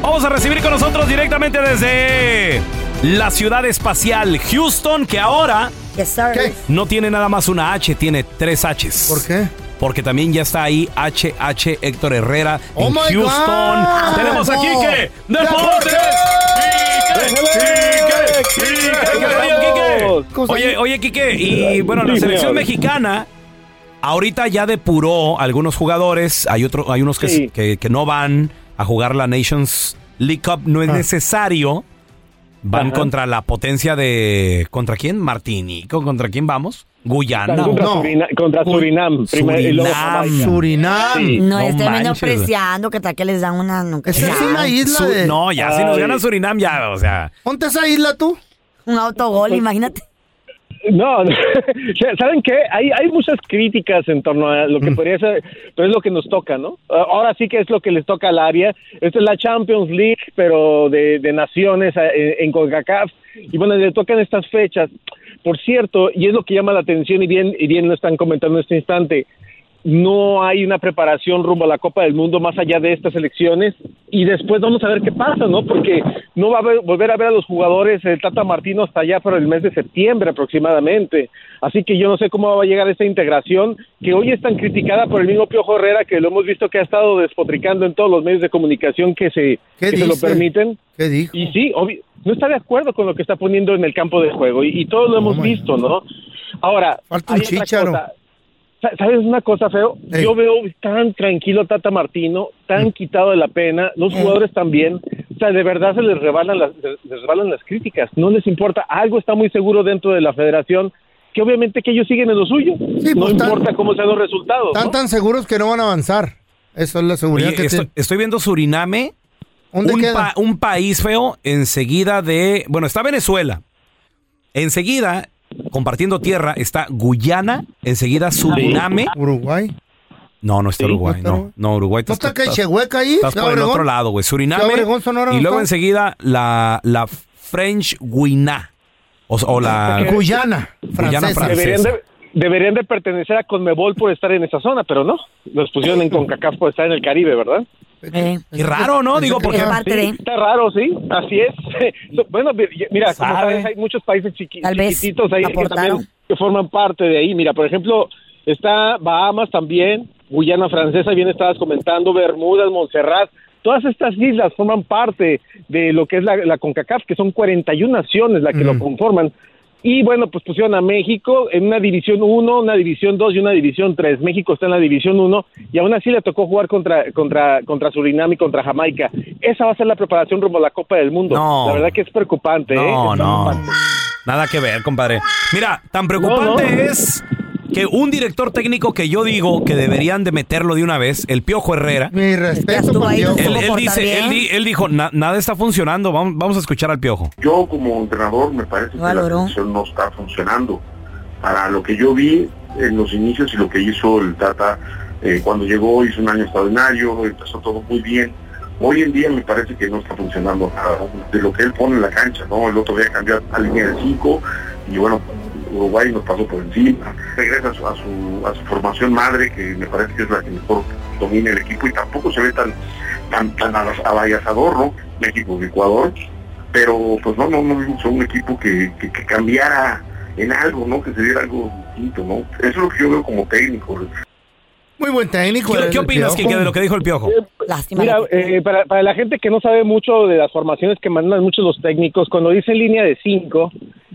Vamos a recibir con nosotros directamente desde la ciudad espacial Houston, que ahora no tiene nada más una H, tiene tres Hs. ¿Por qué? Porque también ya está ahí HH Héctor Herrera Oh en my Houston. God. Tenemos aquí Bravo. que ¡Deportes! deportes. ¡Quique! ¡Quique! Oye, Quique. Oye, oye, Quique, y bueno, la Sí, selección señor. mexicana ahorita ya depuró algunos jugadores, hay otro, hay unos que, Sí. que- que no van a jugar la Nations League Cup, no es necesario. Van Ah. Ajá. contra la potencia de. ¿Contra quién? Martinico. ¿Contra quién vamos? Guyana. Están contra, No. Surina- contra Uy, Surinam. Primero, y luego Surinam. Jamaica. Surinam. Sí. No, No esté manches. menospreciando que tal que les dan una... nunca Esa es ya, una isla Su- de... No, ya, si nos Ay. gana Surinam, ya, o sea. Ponte esa isla tú. Un autogol, imagínate. No, no. ¿saben qué? Hay, hay muchas críticas en torno a lo que Mm. podría ser, pero es lo que nos toca, ¿no? Ah, Ahora sí que es lo que les toca al área. Esta es la Champions League, pero de, de naciones eh, en, CONCACAF. Y bueno, le tocan estas fechas. Por cierto, y es lo que llama la atención y bien, y bien lo están comentando en este instante, no hay una preparación rumbo a la Copa del Mundo más allá de estas elecciones y después vamos a ver qué pasa, ¿no? Porque no va a haber- volver a ver a los jugadores el Tata Martino hasta allá por el mes de septiembre aproximadamente. Así que yo no sé cómo va a llegar esta integración que hoy es tan criticada por el mismo Piojo Herrera que lo hemos visto que ha estado despotricando en todos los medios de comunicación que se, ¿Qué que se lo dice? permiten. ¿Qué dijo? Y sí, obvi- no está de acuerdo con lo que está poniendo en el campo de juego y, y todos lo Oh, hemos my visto, God. ¿no? Ahora, Falta un hay otra chícharo. cosa. Sa- ¿Sabes una cosa, Feo? Ey. Yo veo tan tranquilo a Tata Martino, tan quitado de la pena, los jugadores también. O sea, de verdad se les rebalan las, les les rebalan las críticas, no les importa. Algo está muy seguro dentro de la federación, que obviamente que ellos siguen en lo suyo. Sí, no pues, tan- importa cómo sean los resultados. ¿no? Están tan seguros que no van a avanzar. Eso es la seguridad Oye, que estoy, tienen. estoy viendo Suriname, ¿Dónde un, queda? pa- un país feo, enseguida de. Bueno, está Venezuela. Enseguida, compartiendo tierra, está Guyana, enseguida Suriname. Uruguay. No, no está Sí, Uruguay, no está no. Uruguay. No, Uruguay ¿No está- está está- Quechehueca ahí? Estás ¿Ciudad por el Obregón? otro lado, güey. Suriname. Ciudad Obregón, Sonora, y ¿no luego está? enseguida la, la French Guiana. O, o la. Guyana. Ah, Guyana Francesa. francesa. Deberían de, deberían de pertenecer a Conmebol por estar en esa zona, pero no. Los pusieron en CONCACAF por estar en el Caribe, ¿verdad? Eh, Qué raro, ¿no? Digo, porque. Es parte de... Está raro, sí, así es. So, bueno, mi- mira, como Sabe. sabes, hay muchos países chiqui- Tal vez chiquititos ahí que, aportaron. también- que forman parte de ahí. Mira, por ejemplo, está Bahamas también, Guyana Francesa, bien estabas comentando, Bermudas, Montserrat. Todas estas islas forman parte de lo que es la, la CONCACAF, que son 41 naciones las que lo conforman. Y bueno, pues pusieron a México en una división 1, una división 2 y una división 3. México está en la división 1 y aún así le tocó jugar contra, contra, contra Surinam y contra Jamaica. Esa va a ser la preparación rumbo a la Copa del Mundo. No. La verdad que es preocupante. ¿eh? No, Es no. preocupante. Nada que ver, compadre. Mira, tan preocupante No, no. es que un director técnico que yo digo que deberían de meterlo de una vez, el Piojo Herrera, Mi Ya respeto estuvo para ahí, Dios. ¿no? él, ¿Cómo él portar dice, bien? él, di- él dijo, "Na- nada está funcionando, vamos, vamos a escuchar al Piojo. Yo como entrenador me parece que la Valoró. selección no está funcionando. Para lo que yo vi en los inicios y lo que hizo el Tata eh, cuando llegó, hizo un año extraordinario, empezó todo muy bien. Hoy en día me parece que no está funcionando nada de lo que él pone en la cancha, ¿no? El otro día cambió a línea de 5 y bueno, Uruguay nos pasó por encima. Regresa a su, a su- a su formación madre, que me parece que es la que mejor domina el equipo y tampoco se ve tan tan, tan abayazador, ¿no? México de Ecuador, pero pues no, no, no vimos a un equipo que, que- que cambiara en algo, ¿no? Que se diera algo distinto, ¿no? Eso es lo que yo veo como técnico. Muy buen técnico. eh. ¿Qué, el- qué el opinas, Piojo. Kike, de lo que dijo el Piojo? Lástima. Mira, la- eh, para, para la gente que no sabe mucho de las formaciones que mandan muchos los técnicos, cuando dicen línea de 5,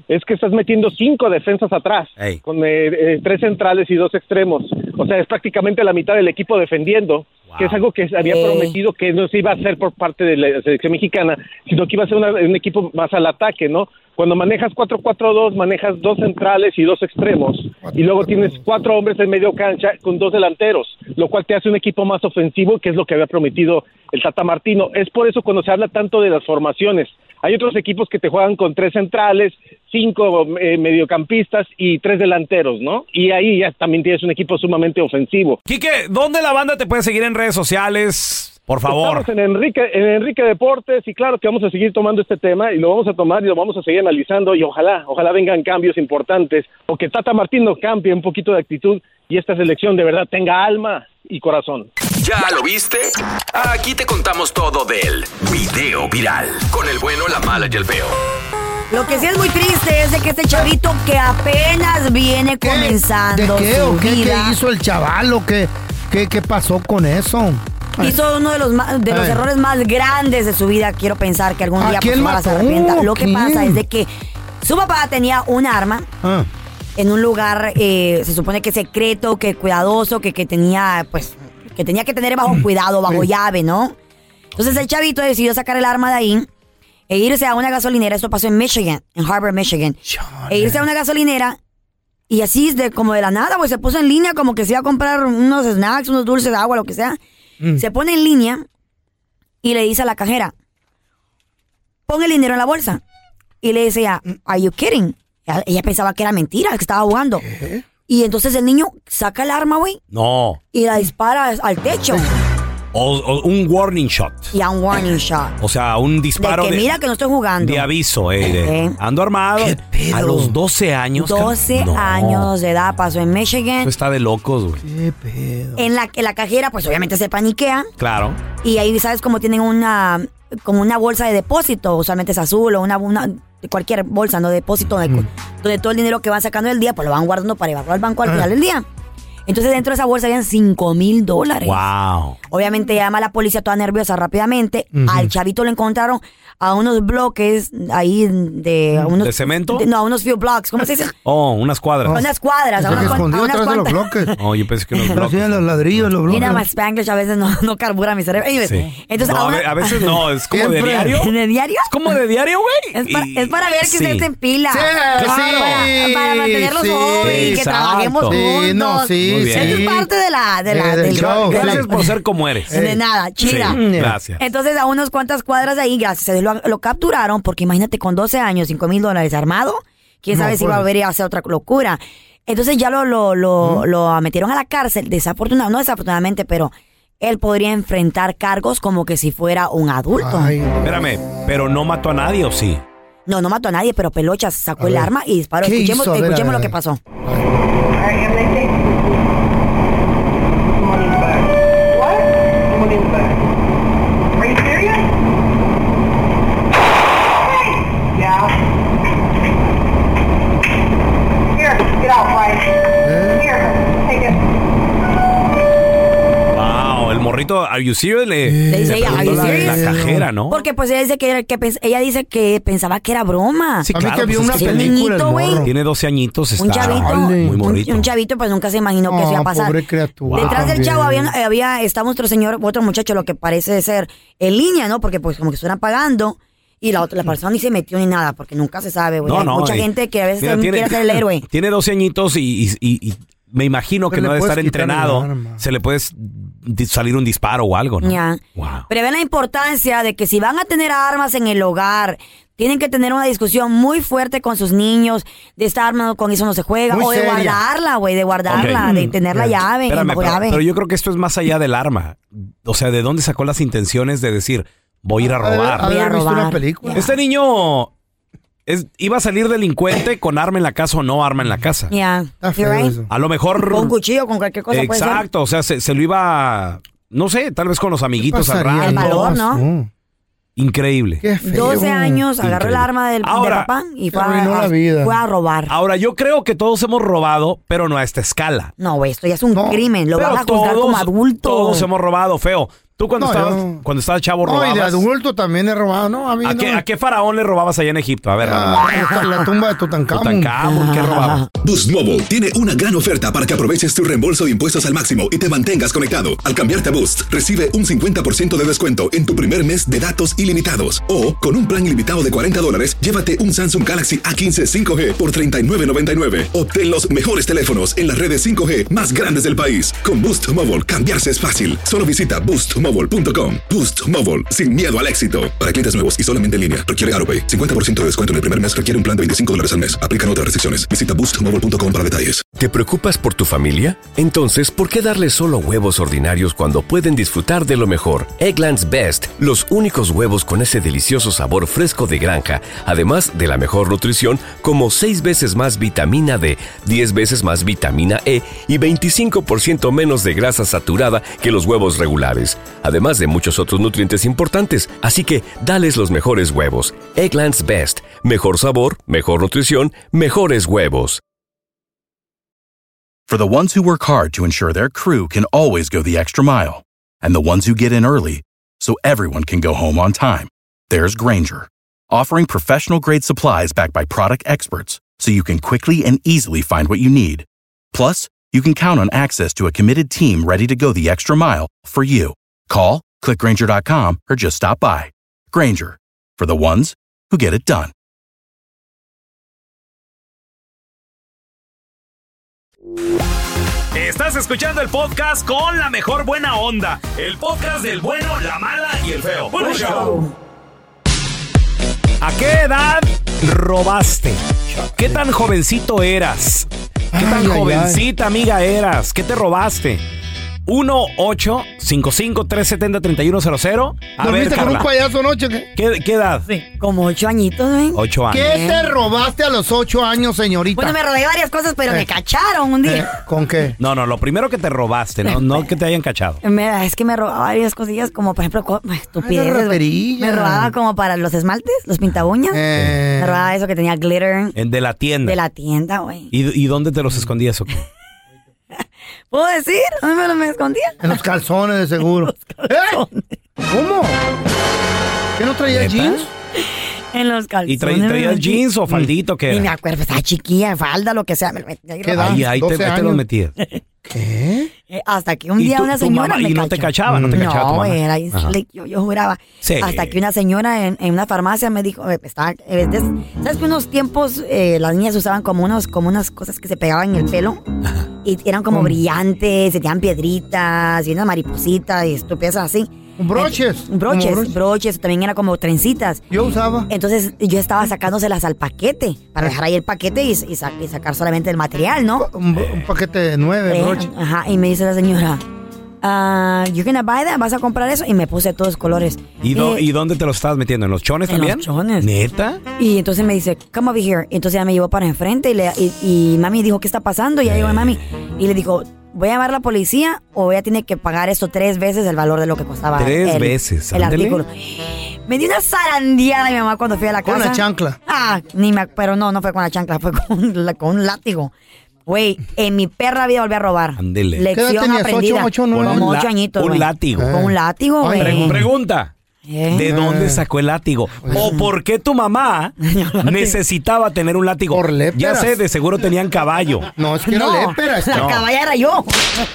es que estás metiendo cinco defensas atrás, Ey. con eh, eh, tres centrales y dos extremos. O sea, es prácticamente la mitad del equipo defendiendo, que es algo que se había Ey. prometido que no se iba a hacer por parte de la selección mexicana, sino que iba a ser una- un equipo más al ataque, ¿no? Cuando manejas 4-4-2, manejas dos centrales y dos extremos, y luego tienes cuatro hombres en medio cancha con dos delanteros, lo cual te hace un equipo más ofensivo, que es lo que había prometido el Tata Martino. Es por eso cuando se habla tanto de las formaciones, hay otros equipos que te juegan con tres centrales, cinco eh, mediocampistas y tres delanteros, ¿no? Y ahí ya también tienes un equipo sumamente ofensivo. Quique, ¿dónde la banda te puede seguir en redes sociales? Por favor. Estamos en Enrique, en Enrique Deportes y claro que vamos a seguir tomando este tema y lo vamos a tomar y lo vamos a seguir analizando y ojalá, ojalá vengan cambios importantes o que Tata Martino cambie un poquito de actitud y esta selección de verdad tenga alma y corazón. ¿Ya lo viste? Aquí te contamos todo del video viral. Con el bueno, la mala y el feo. Lo que sí es muy triste es de que este chavito que apenas viene ¿Qué? comenzando ¿De qué su o qué, qué vida, hizo el chaval o qué, qué, qué pasó con eso? hizo uno de los ma- de los Ay. errores más grandes de su vida. Quiero pensar que algún ¿A día por quién su mala se mató? arrepienta. Lo que ¿Quién? pasa es de que su papá tenía un arma Ah, en un lugar, eh, se supone que secreto, que cuidadoso, que, que tenía, pues, que tenía que tener bajo cuidado, bajo Mm. Sí. llave, ¿no? Entonces el chavito decidió sacar el arma de ahí e irse a una gasolinera. Esto pasó en Michigan, en Harbor, Michigan. E irse a una gasolinera y así, de, como de la nada, pues se puso en línea, como que se iba a comprar unos snacks, unos dulces, agua, lo que sea. Se pone en línea y le dice a la cajera, pon el dinero en la bolsa. Y le dice ella, are you kidding? Ella, ella pensaba que era mentira, que estaba jugando. Y entonces el niño saca el arma, güey, No. y la dispara al techo. O- o un warning shot. Y a un warning shot. O sea, un De disparo que de, mira que no estoy jugando. de aviso. eh, de, Ejé. Ando armado. ¿Qué pedo? A los 12 años. car- 12 No. Pues años de edad pasó en Michigan. Eso está de locos, güey. qué pedo. En la, en la cajera, pues obviamente se paniquea. Claro. Y ahí, ¿sabes cómo tienen una como una bolsa de depósito? Usualmente es azul o una, una- cualquier bolsa, ¿no? Depósito donde, donde todo el dinero que van sacando del día, pues lo van guardando para llevarlo al banco al Ah. final del día. Entonces dentro de esa bolsa habían 5 mil dólares. Wow. Obviamente llama a la policía toda nerviosa rápidamente. Al chavito lo encontraron a unos bloques ahí de... a unos, ¿De cemento? no, a unos few blocks. ¿Cómo se dice? Oh, unas cuadras. A unas cuadras. A Se unas, cuan- a escondió unas atrás de los cuantas. bloques. Oh, yo pensé que los Pero sí, bloques. los ladrillos, los bloques. Mira, my Spanglish a veces no, no carbura mi cerebro. Anyway, Sí. entonces, No, a, una- ve- a veces no, es como de Siempre. diario. ¿En el diario? Es como de diario, güey. Es para, Y- es para ver que sí. usted se empila. Sí, Claro, sí, para, para mantener los sí, hobbies, que exacto. trabajemos juntos. Sí, no, sí, Muy bien. Eso es parte de la, Ah, de la, Eh, del del- show. de la- Gracias por ser como eres. Eh. de nada, chida. Mm, Sí, gracias. Entonces, a unos cuantas cuadras de ahí, gracias a Dios, lo, lo capturaron, porque imagínate, con 12 años, 5 mil dólares armado, quién No, sabe si pues. va a volver a hacer otra locura. Entonces ya lo, lo, lo, lo metieron a la cárcel, desafortunadamente, no desafortunadamente, pero él podría enfrentar cargos como que si fuera un adulto. Ay, Espérame, pero no mató a nadie, ¿o sí? No, no mató a nadie, pero Pelochas sacó A el ver. arma y disparó. ¿Qué Escuchemos, hizo? A ver, a escuchemos ver, lo a que ver. pasó. É. Wow, el morrito, are you serious? Le, Le dice le ella, preguntó "Are you la, la serious?" cajera, ¿no? Porque pues ella dice que, que pens- ella dice que pensaba que era broma. Sí, A mí claro, que pues vio es una que sí. película el Niñito, güey. morro. Tiene 12 añitos, está Un chavito, Chale. muy un, morrito. un chavito, pues nunca se imaginó que se iba a Ah, pasar. pobre criatura Detrás del también. chavo había, una- había- estaba otro señor, otro muchacho, lo que parece ser en línea, ¿no? Porque pues como que estuvieran pagando y la otra la persona ni se metió ni nada, porque nunca se sabe, güey. No, Hay no, mucha y- gente que a veces mira, también tiene- quiere ser el héroe. Tiene 12 añitos y, y- y- y me imagino que Pero le no debe puedes estar quitar el entrenado. arma. Se le puede s- di- salir un disparo o algo, ¿no? Ya. Wow. Pero vean la importancia de que si van a tener armas en el hogar, tienen que tener una discusión muy fuerte con sus niños, de esta arma con eso no se juega, Muy o de seria. guardarla, güey, de guardarla, Ok. de tener la Ya. llave, Espérame, bajo pero, llave. pero yo creo que esto es más allá del arma. O sea, ¿de dónde sacó las intenciones de decir, voy a ir a haber- robar? Voy a haber visto robar. una película. Este niño es- iba a salir delincuente con arma en la casa o no arma en la casa. Ya. Está feo You're right. eso. A lo mejor. Con cuchillo, con cualquier cosa puede ser. Exacto, o sea, se, se lo iba, no sé, tal vez con los amiguitos al Pasaría, El rato. valor, ¿no? No, Increíble. Qué feo. 12 años, agarró el Increíble. arma del, del Ahora, papá y te fue a, arruinó la a- vida. fue a robar. Ahora, yo creo que todos hemos robado, pero no a esta escala. No, güey, esto ya es un No. crimen. Lo Pero van a juzgar como todos- adulto. Todos hemos robado, feo. Tú cuando, No, estabas, yo- cuando estabas chavo No, y de robabas. adulto también he robado, ¿no? A mí ¿A, no. qué, a qué faraón le robabas allá en Egipto? A ver, Ah, esta es la tumba de Tutankamón. Tutankamón, ¿qué robabas? Boost Mobile tiene una gran oferta para que aproveches tu reembolso de impuestos al máximo y te mantengas conectado. Al cambiarte a Boost, recibe un 50% de descuento en tu primer mes de datos ilimitados. O, con un plan ilimitado de 40 dólares, llévate un Samsung Galaxy A15 5G por $39.99. Obtén los mejores teléfonos en las redes 5G más grandes del país. Con Boost Mobile, cambiarse es fácil. Solo visita boostmobile.com. Boost Mobile, sin miedo al éxito. Para clientes nuevos y solamente en línea, requiere AroPay. 50% de descuento en el primer mes requiere un plan de 25 dólares al mes. Aplican otras restricciones. Visita boostmobile.com para detalles. ¿Te preocupas por tu familia? Entonces, ¿por qué darles solo huevos ordinarios cuando pueden disfrutar de lo mejor? Eggland's Best, los únicos huevos con ese delicioso sabor fresco de granja, además de la mejor nutrición, como 6 veces más vitamina D, 10 veces más vitamina E y 25% menos de grasa saturada que los huevos regulares, además de muchos otros nutrientes importantes. Así que, dales los mejores huevos. Eggland's Best, mejor sabor, mejor nutrición, mejores huevos. For the ones who work hard to ensure their crew can always go the extra mile, and the ones who get in early so everyone can go home on time, there's Granger, offering professional grade supplies backed by product experts so you can quickly and easily find what you need. Plus, you can count on access to a committed team ready to go the extra mile for you. Call, clickgranger.com, or just stop by. Granger, for the ones who get it done. Estás escuchando el podcast con la mejor buena onda. El podcast del bueno, la mala y el feo. Bueno, show. ¿A qué edad robaste? ¿Qué tan jovencito eras? ¿Qué tan Ay, ay, ay. jovencita, amiga, eras? ¿Qué te robaste? 1-855-370-3100. A ver, ¿Dormiste con un Carla, payaso noche? ¿Qué, ¿qué, qué edad? Como ocho añitos, ¿ven? Ocho años. ¿Qué te robaste a los ocho años, señorita? Bueno, me robé varias cosas, pero me cacharon un Eh, día. ¿Con qué? No, no, lo primero que te robaste, no, no que te hayan cachado. Eh. Me- es que me robaba varias cosillas, como por ejemplo, Ah, co- estupideces. Ay, la güey. raperilla. me robaba como para los esmaltes, los pintabuñas. Eh, Me robaba eso que tenía glitter En- De la tienda. de la tienda, güey. ¿Y, y dónde te los escondías o qué? ¿Puedo decir? No me lo me escondía. en los calzones, de seguro. ¿Eh? ¿Cómo? ¿Qué no traía ¿Neta? jeans? En los calzones. ¿Y traías me metí. jeans o faldito que Ni me era? acuerdo, estaba chiquilla, falda, lo que sea. me lo metí ahí ¿Qué robada. Ahí, ahí te, 12 ahí te los años. metías. ¿Qué? Eh, Hasta que un ¿Y día tú- una tu señora mamá- me y no te cachó. cachaba, no te cachaba tu mamá? era bien Ajá. slick, yo, yo juraba. Sí. Hasta que una señora en, en una farmacia me dijo, eh, estaba, eh, des- ¿sabes que unos tiempos eh, las niñas usaban como unos, como unas cosas que se pegaban en el pelo? Y eran como brillantes, y tenían piedritas, y unas maripositas y estupideces así. Broches. Eh, broches, Como broches, broches. también era como trencitas. Yo usaba. Ah. Entonces yo estaba sacándoselas al paquete, para dejar ahí el paquete y, y sa- y sacar solamente el material, ¿no? Un, bro- un paquete de nueve Eh, broches. Ajá, y me dice la señora, ah, you gonna buy that? ¿Vas a comprar eso? Y me puse todos colores. ¿Y, do- Eh, y dónde te los estabas metiendo? ¿En los chones en también? los chones. ¿Neta? y entonces me dice, come over here. Entonces ya me llevó para enfrente y, le, y, y mami dijo, ¿qué está pasando? Y ya llegó mami y le dijo, ¿voy a llamar a la policía o ella tiene que pagar eso tres veces el valor de lo que costaba? Tres el- veces, El ándele. artículo. Me dio una zarandeada mi mamá cuando fui a la Con casa. la chancla. Ah, ni me, pero no, no fue con la chancla, fue con, la- con un látigo. Güey, en mi perra vida volví a robar. Ándele. ¿Qué edad Lección tenías? aprendida. ¿Ocho, ocho, nueve? Con Como un la- ocho añitos, un güey. látigo. Con un látigo, Ay, güey. Pre- pregunta. ¿Eh? Pues, ¿De dónde sacó el látigo? ¿O por qué tu mamá necesitaba tener un látigo? Por ya léperas. sé, de seguro tenían caballo. No, es que era este. No, lépera. la esta. caballa era yo.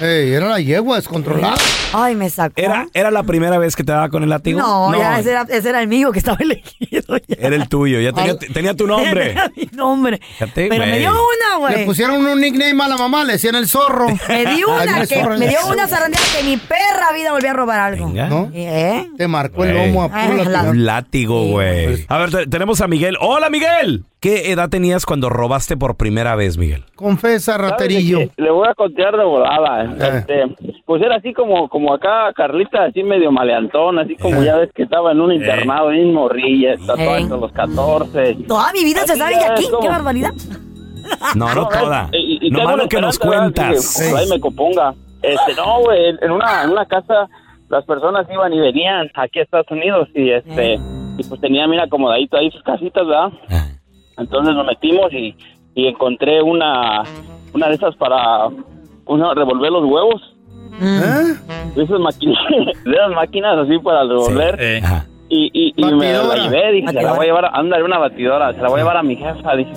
Ey, era la yegua descontrolada. Ay, me sacó. ¿Era, ¿Era la primera vez que te daba con el látigo? No, ya ese era, ese era el mío que estaba elegido. ya. Era el tuyo, ya tenía, Ay. tenía tu nombre. Era mi nombre. Fíjate, Pero me güey. dio una, Le güey. pusieron un nickname a la mamá, le decían el zorro. Me dio Ay, una, no, que, zorro. me dio una zarandeada que mi perra vida volvió a robar algo. Venga. ¿No? ¿Eh? Te marcó el Güey. lomo Pues a Ay, puro la- latigón. Un látigo, güey. Pues, A ver, te- tenemos a Miguel. ¡Hola, Miguel! ¿Qué edad tenías cuando robaste por primera vez, Miguel? Confesa, raterillo. Eh. ¿Sabes de qué? Le voy a contar de volada. Este, pues era así como, como acá Carlita, así medio maleantón, así como Eh. ya ves que estaba en un internado, en morrillas, tatuado Eh. hasta los 14. Toda mi vida se Así sabe ya de aquí. es como- Qué barbaridad. No, no toda. Y- y Nomás tengo lo la que nos esperanza, ¿verdad? cuentas. Dije, ojalá y me componga. Este, no, güey, en- en una, en una casa las personas iban y venían aquí a Estados Unidos y este, y pues tenía, mira, acomodadito ahí sus casitas, ¿verdad? Ah. Entonces nos metimos y, y encontré una, una de esas para uno revolver los huevos. Mm. ¿Eh? de esas máquinas, de esas máquinas así para revolver. Y, y, y me la llevé, dije, se la voy a llevar, a- ándale, una batidora, se la voy a llevar a mi jefa, dije,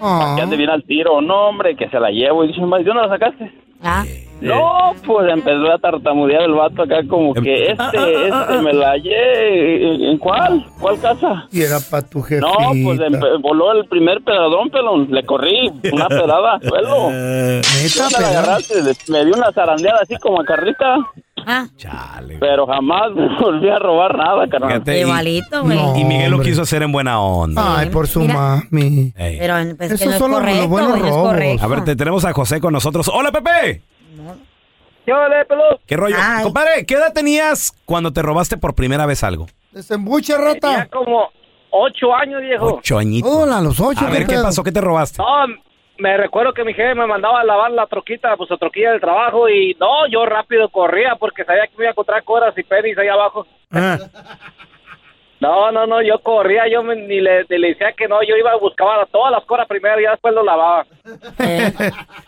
Ah. que ande bien al tiro, no hombre, que se la llevo, y dije, ¿de dónde la sacaste? Eh. Ah, No, pues empezó a tartamudear el vato acá como Em ah, que este, este, me la llevé, ¿en cuál? ¿Cuál casa? Y era para tu jefita. No, pues empe- voló el primer pedadón, pelón. Le corrí una pedada, velo. Eh, ¿Dónde la agarraste? Le- Me di una zarandeada así como a Carlita. Pero jamás me volví a robar nada, carnal. Fíjate, y- Igualito, güey. y Miguel lo quiso hacer en buena onda. Ay, por su mami. Ey. Pero pues, Eso que no es solo correcto, los buenos güey, no es robos. correcto. A ver, te tenemos a José con nosotros. ¡Hola, Pepe! ¿Qué ole, pelón? ¿Qué rollo? Compadre, ¿qué edad tenías cuando te robaste por primera vez algo? Desembuche, rata. Ya como ocho años, Oh. viejo. Ocho añitos. Hola, los ocho. A ver, ¿qué pasó? ¿Qué te robaste? No, me recuerdo que mi jefe me mandaba a lavar la troquita, pues la troquilla del trabajo. Y no, yo rápido corría porque sabía que me iba a encontrar coras y penis ahí abajo. No, no, no, yo corría, yo me- ni le, ni le decía que no, yo iba a buscar a todas las coras primero y ya después lo lavaba.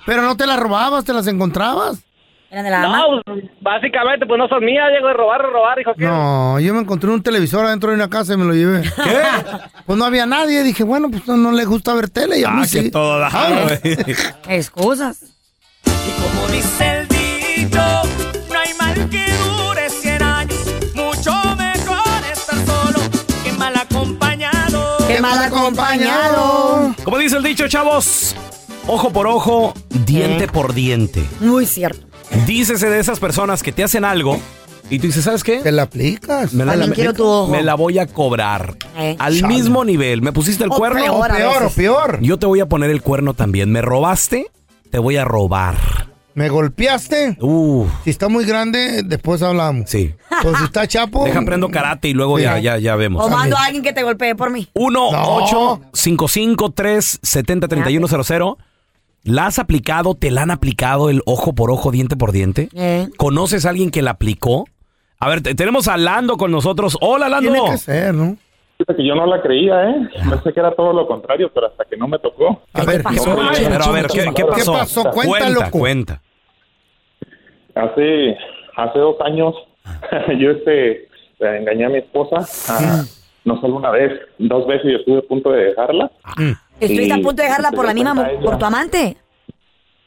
Pero no te las robabas, te las encontrabas. No, pues, básicamente, pues no son mías, llego de robar, robar, hijo. No, yo me encontré un televisor adentro de una casa y me lo llevé. ¿Qué? Pues no había nadie. Dije, bueno, pues no, no le gusta ver tele y a mí sí. todo da, Ah, güey. Excusas. Como dice el dicho, no hay mal que dure 100 años. Mucho mejor estar solo que mal acompañado. Qué mal acompañado. Como dice el dicho, chavos, ojo por ojo, diente por diente. Muy cierto. Dícese de esas personas que te hacen algo y tú dices, ¿sabes qué? Te la aplicas. Me la, También me- quiero tu ojo. me la voy a cobrar. Eh. é? Al Chale. mismo nivel. Me pusiste el O cuerno. peor, O a peor, veces. o peor. Yo te voy a poner el cuerno también. Me robaste, te voy a robar. ¿Me golpeaste? Si está muy grande, después hablamos. Sí. Pues si está chapo. Deja aprendo karate y luego ya, Sí. ya, ya vemos. O mando a alguien que te golpee por mí. 1 8 55 3 70 31 00 ¿La has aplicado? ¿Te la han aplicado el ojo por ojo, diente por diente? Eh. ¿Conoces a alguien que la aplicó? A ver, te- tenemos a Lando con nosotros. Hola, Lando. Tiene que ser, ¿no? que yo no la creía, ¿eh? Pensé que era todo lo contrario, pero hasta que no me tocó. A ver, ¿Qué pasó? Ay, pero a ver, ¿qué- qué pasó? Cuenta, cuenta. Hace, hace dos años yo este, engañé a mi esposa, ah, no solo una vez, dos veces yo estuve a punto de dejarla. Mm. Estuviste a punto de dejarla por la misma, Cuenta ella. por tu amante.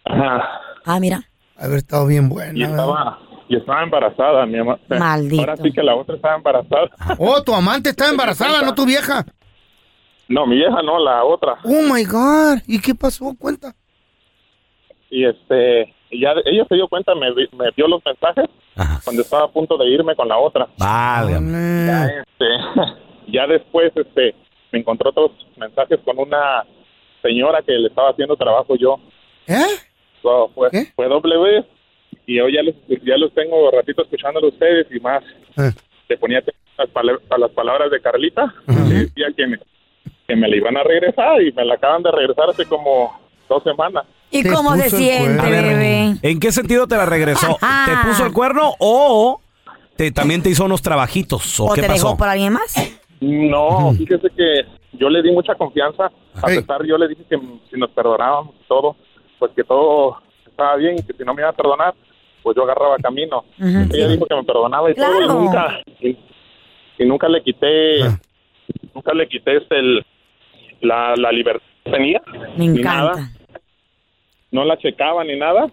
Ajá. Ah, mira. Haber estado bien buena. Y estaba, y estaba embarazada, mi mamá. Maldito. Ahora sí que la otra estaba embarazada. Oh, tu amante está embarazada, no tu vieja. No, mi vieja no, la otra. Oh my God. ¿Y qué pasó? Cuenta. y este y ya ella se dio cuenta me, vi- me vio los mensajes cuando estaba a punto de irme con la otra ya, este, ya después este me encontró otros mensajes con una señora que le estaba haciendo trabajo yo ¿Eh? So, fue, fue doble vez y hoy ya los, ya los tengo ratito escuchándolo a ustedes y más le ponía atención a las, pala- a las palabras de Carlita que decía que me, que me la iban a regresar y me la acaban de regresar hace como dos semanas ¿Y cómo se siente, A ver, bebé? ¿En qué sentido te la regresó? ¿Te puso el cuerno o te, también te hizo unos trabajitos? ¿O, ¿O qué te pasó? dejó por alguien más? No, fíjese que yo le di mucha confianza, a pesar yo le dije que si nos perdonábamos y todo, pues que todo estaba bien y que si no me iba a perdonar, pues yo agarraba camino. Ella dijo que me perdonaba y todo Claro. y nunca y, y nunca le quité nunca le quité este, el la, la libertad que tenía Me ni nada. No la checaba ni nada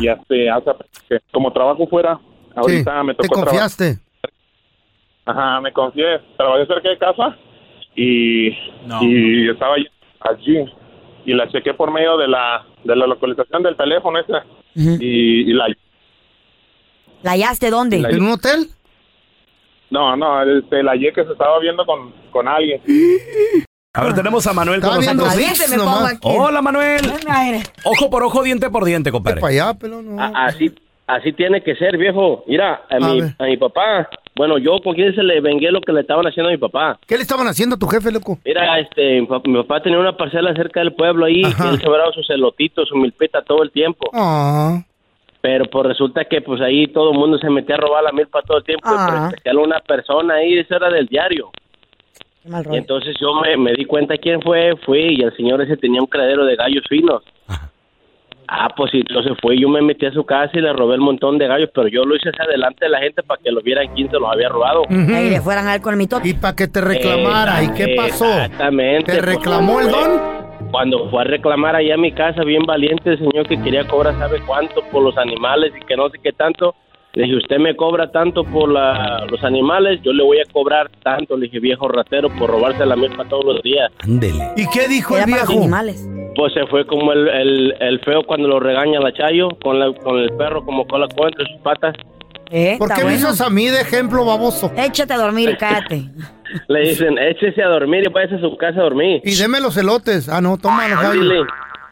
y hasta hace que como trabajo fuera ahorita me ¿Te tocó trabajar confiaste? Ajá, me confié. Trabajé cerca de casa y, y estaba allí, allí. Y la chequé por medio de la, de la localización del teléfono ese. y, y la... ¿La hallaste dónde? ¿En un hotel? No, no, este, la hallé que se estaba viendo con, con alguien. A ver, tenemos a Manuel con Estaba viendo nosotros. Vix Me pongo nomás. aquí. Hola, Manuel. Ojo por ojo, diente por diente, compadre. A- Así, así tiene que ser, viejo. Mira, a, A mi, ver. a mi papá, bueno, yo con quién se le vengué lo que le estaban haciendo a mi papá. ¿Qué le estaban haciendo a tu jefe, loco? Mira, este, mi pa- mi papá tenía una parcela cerca del pueblo ahí, que él sembraba sus celotitos, su milpita todo el tiempo. Ah. Pero pues resulta que pues ahí todo el mundo se metía a robar la milpa todo el tiempo, Ah. pero en especial una persona ahí, esa era del diario. Qué mal Y rollo. entonces yo me, me di cuenta quién fue, fui, y el señor ese tenía un cradero de gallos finos. Ah, pues sí, yo se fue. Yo me metí a su casa y le robé el montón de gallos, pero yo lo hice hacia adelante de la gente para que lo vieran quién se los había robado. Ahí le fueran a ver con mi toque. Y para que te reclamara. ¿Y Eh, qué pasó? Exactamente. pues, ¿Te reclamó el don? Cuando fue a reclamar allá a mi casa, bien valiente el señor que quería cobrar sabe cuánto por los animales y que no sé qué tanto. Le dije, usted me cobra tanto por la- los animales, yo le voy a cobrar tanto. Le dije, viejo ratero, por robarse la milpa todos los días. Ándele. ¿Y qué dijo el viejo? Pues se fue como el, el, el feo cuando lo regaña la Chayo, con, la, con el perro como cola cola entre sus patas. ¿Por qué me usas a mí de ejemplo, baboso? Eh, Échate a dormir y cállate. Le dicen, échese a dormir y váyase a su casa a dormir. Y deme los elotes. Ah, no, toma los Ándele. gallos.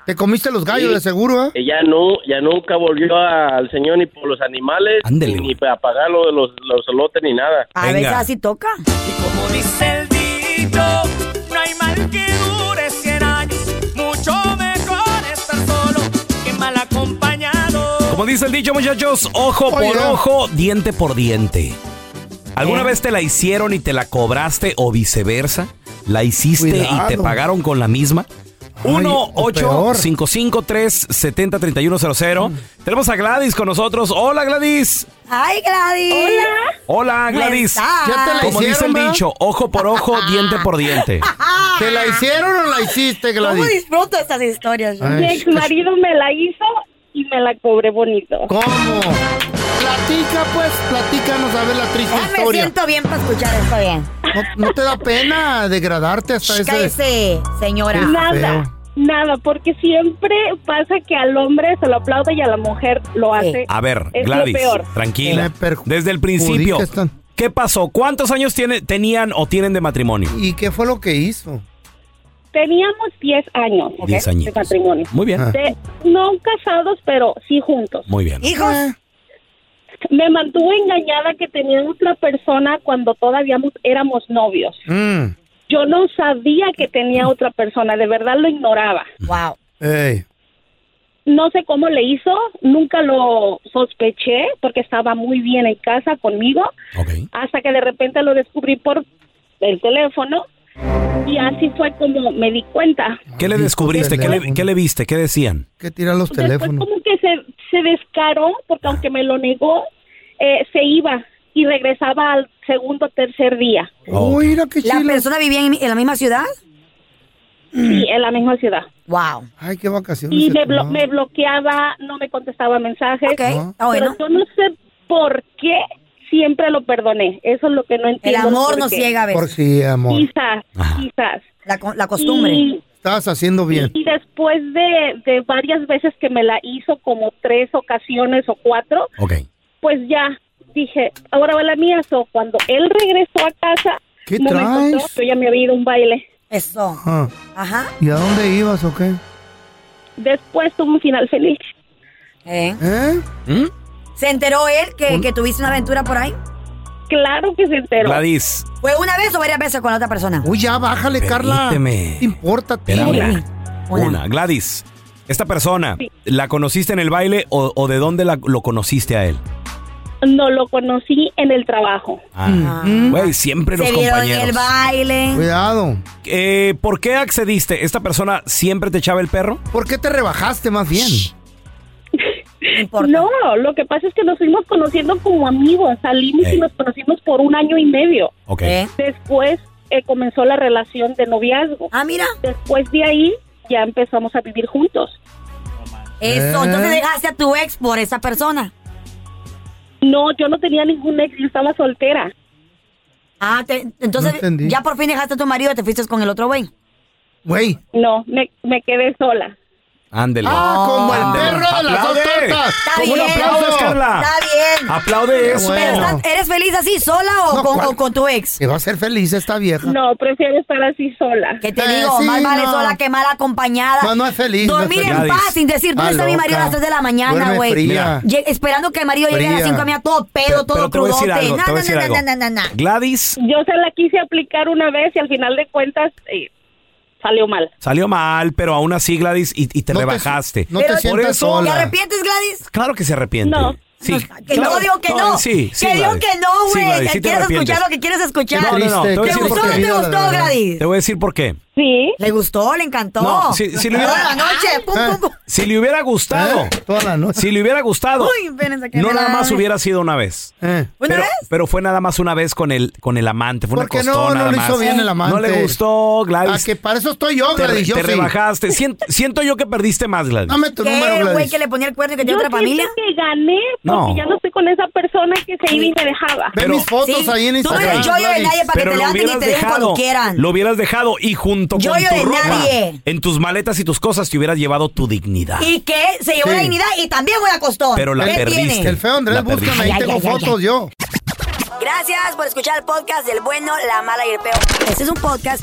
Te comiste los gallos, Sí. de seguro, ¿eh? Y ya, no, ya nunca volvió a- al señor ni por los animales, ni para pagar lo de los, los elotes ni nada. A veces así toca. Como dice el dicho, no hay mal que dure 100 años. Mucho mejor estar solo que mal acompañado. Como dice el dicho, muchachos, ojo Oye. por ojo, diente por diente. ¿Alguna vez te la hicieron y te la cobraste o viceversa? ¿La hiciste Cuidado. y te pagaron con la misma? o peor. 1-855-370-3100. Mm. Tenemos a Gladys con nosotros. Hola, Gladys. Ay, Gladys. Hola. Hola, Gladys. Ya te la Como dice hicieron, el ¿verdad? dicho, ojo por ojo, diente por diente. ¿Te la hicieron o la hiciste, ¿Cómo Gladys? disfruto estas historias? yo? Ay, Mi ex marido me la hizo y me la cobré bonito. ¿Cómo? Platica, pues, platícanos a ver la triste Ya me historia. siento bien para escuchar esto bien. ¿No, no te da pena degradarte hasta ese... Cállese, señora. Qué Nada, feo. nada, porque siempre pasa que al hombre se lo aplaude y a la mujer lo hace. A ver, es lo Gladys, peor. tranquila. Desde el principio, perjudica esta- ¿qué pasó? ¿Cuántos años tiene- tenían o tienen de matrimonio? ¿Y qué fue lo que hizo? Teníamos 10 años ¿ok? 10 de añitos. matrimonio. Muy bien. De- no casados, pero sí juntos. Ah. Muy bien. ¿Hijos? Me mantuve engañada que tenía otra persona cuando todavía mu- éramos novios. Yo no sabía que tenía otra persona, de verdad lo ignoraba. Wow. Ey. No sé cómo le hizo, nunca lo sospeché porque estaba muy bien en casa conmigo, hasta que de repente lo descubrí por el teléfono y así fue como me di cuenta. ¿Qué le descubriste? ¿Qué le, qué le viste? ¿Qué decían? ¿Qué tiran los Después pues, como que se, se descaró porque aunque me lo negó, eh, se iba y regresaba al segundo o tercer día. Uy, Oh, mira qué ¿La persona vivía en, en la misma ciudad? Sí, en la misma ciudad. Wow. Ay, qué vacaciones. y se me, blo- tomaron. me bloqueaba, no me contestaba mensajes. está ah, bueno. Pero yo no sé por qué siempre lo perdoné. Eso es lo que no entiendo. amor ¿por nos qué? ciega a veces. Por si, amor. Ah. Quizás, quizás. La, costumbre. Y, Estabas haciendo bien. y después de, de varias veces que me la hizo, como tres ocasiones o cuatro, pues ya dije, ahora va la mía. So, cuando él regresó a casa, ¿Qué no me traes? encontró, yo ya me había ido a un baile. Eso. Ah. Ajá. ¿Y a dónde ibas o qué? Después tuvo un final feliz. ¿Eh? ¿Eh? ¿Se enteró él que, que tuviste una aventura por ahí? Claro que se enteró. Gladys, ¿Fue una vez o varias veces con la otra persona? Uy, ya, bájale, Carla. Permíteme. Importa, espera una. Una. Gladys, esta persona, ¿la conociste en el baile o, o de dónde la- lo conociste a él? No lo conocí en el trabajo. Ah. Güey, siempre los Se vieron en el compañeros. baile. Cuidado. Eh, ¿Por qué accediste? ¿Esta persona siempre te echaba el perro? ¿Por qué te rebajaste más bien? No, lo que pasa es que nos fuimos conociendo como amigos, salimos y nos conocimos por un año y medio. Ok. Después eh, comenzó la relación de noviazgo. Ah, mira. Después de ahí ya empezamos a vivir juntos. Eso. ¿Eh? Entonces dejaste a tu ex por esa persona. No, yo no tenía ningún ex, yo estaba soltera. Ah, te- entonces entendí. ya por fin dejaste a tu marido y te fuiste con el otro güey. Güey. No, me, me quedé sola. Ándele. Ah, como el perro de las dos ¡Aplaude! tortas. Está ¿Cómo lo bien. aplaudes, Carla? Está bien. Aplaude eso. Pero Bueno. estás- ¿Eres feliz así, sola o, No, con, ¿cuál? o con tu ex? Que va a ser feliz esta vieja. No, prefiero estar así sola. Que te digo, más vale sola que mal acompañada. Eh, No, no es feliz, no es Dormir en feliz. paz sin decir, ¿dónde Está está mi marido a las loca. 3 de la mañana, Duerme güey? fría. Lle- Esperando que el marido llegue a las Fría. 5 de la mañana todo pedo, Pero- todo pero te voy a decir crudote. algo, Na, te voy a na, decir na, algo. na, na, na, na. Gladys Yo se la quise aplicar una vez y al final de cuentas eh, salió mal. salió mal, pero aún así, Gladys, y, y te rebajaste. no te Por sientas eso- sola. ¿Te arrepientes, Gladys? Claro que se arrepiente. No. Sí, Que claro. no, digo que no. Sí, sí, que digo Gladys. que no, Sí, güey. Gladys, sí te quieres arrepientes. escuchar lo que quieres escuchar. No, no, no, te voy a ¿Te decir gustó o por no qué. te gustó, Gladys? Te voy a decir por qué. Sí. ¿Le gustó? ¿Le encantó? No, si- si le hubiera- Toda la noche, pum, Eh. pum, pum. Si le hubiera gustado. Si le hubiera gustado. Uy, espérense que Ah, No me nada la- más hubiera sido una vez. ¿Eh? ¿Una pero, vez? pero fue nada más una vez con el, con el amante. Fue Porque una no, costona. no lo nada hizo más. bien el amante. No le gustó, Gladys. Ah, que para eso estoy yo, te, Gladys, yo te sí. rebajaste. Sien- siento yo que perdiste más, Gladys. ¿Qué, güey que le ponía el cuerno y que tiene Yo otra siento familia? que gané porque No. ya no estoy con esa persona que se iba y me dejaba. Ve Pero- mis fotos Sí, ahí en tú no eres Instagram, yoyo de Gladys. nadie para que te lo levanten y hubieras te dejen cuando quieran. Lo hubieras dejado y junto Yo con yo tu de ropa, nadie. en tus maletas y tus cosas te hubieras llevado tu dignidad. Y que se llevó Sí. la dignidad y también voy a costón. Pero la ¿Qué perdiste. tiene? El feo Andrés, La búscame, perdiste. ahí Ay, tengo ay, ay, ay, fotos ay. yo. Gracias por escuchar el podcast del bueno, la mala y el peor. Este es un podcast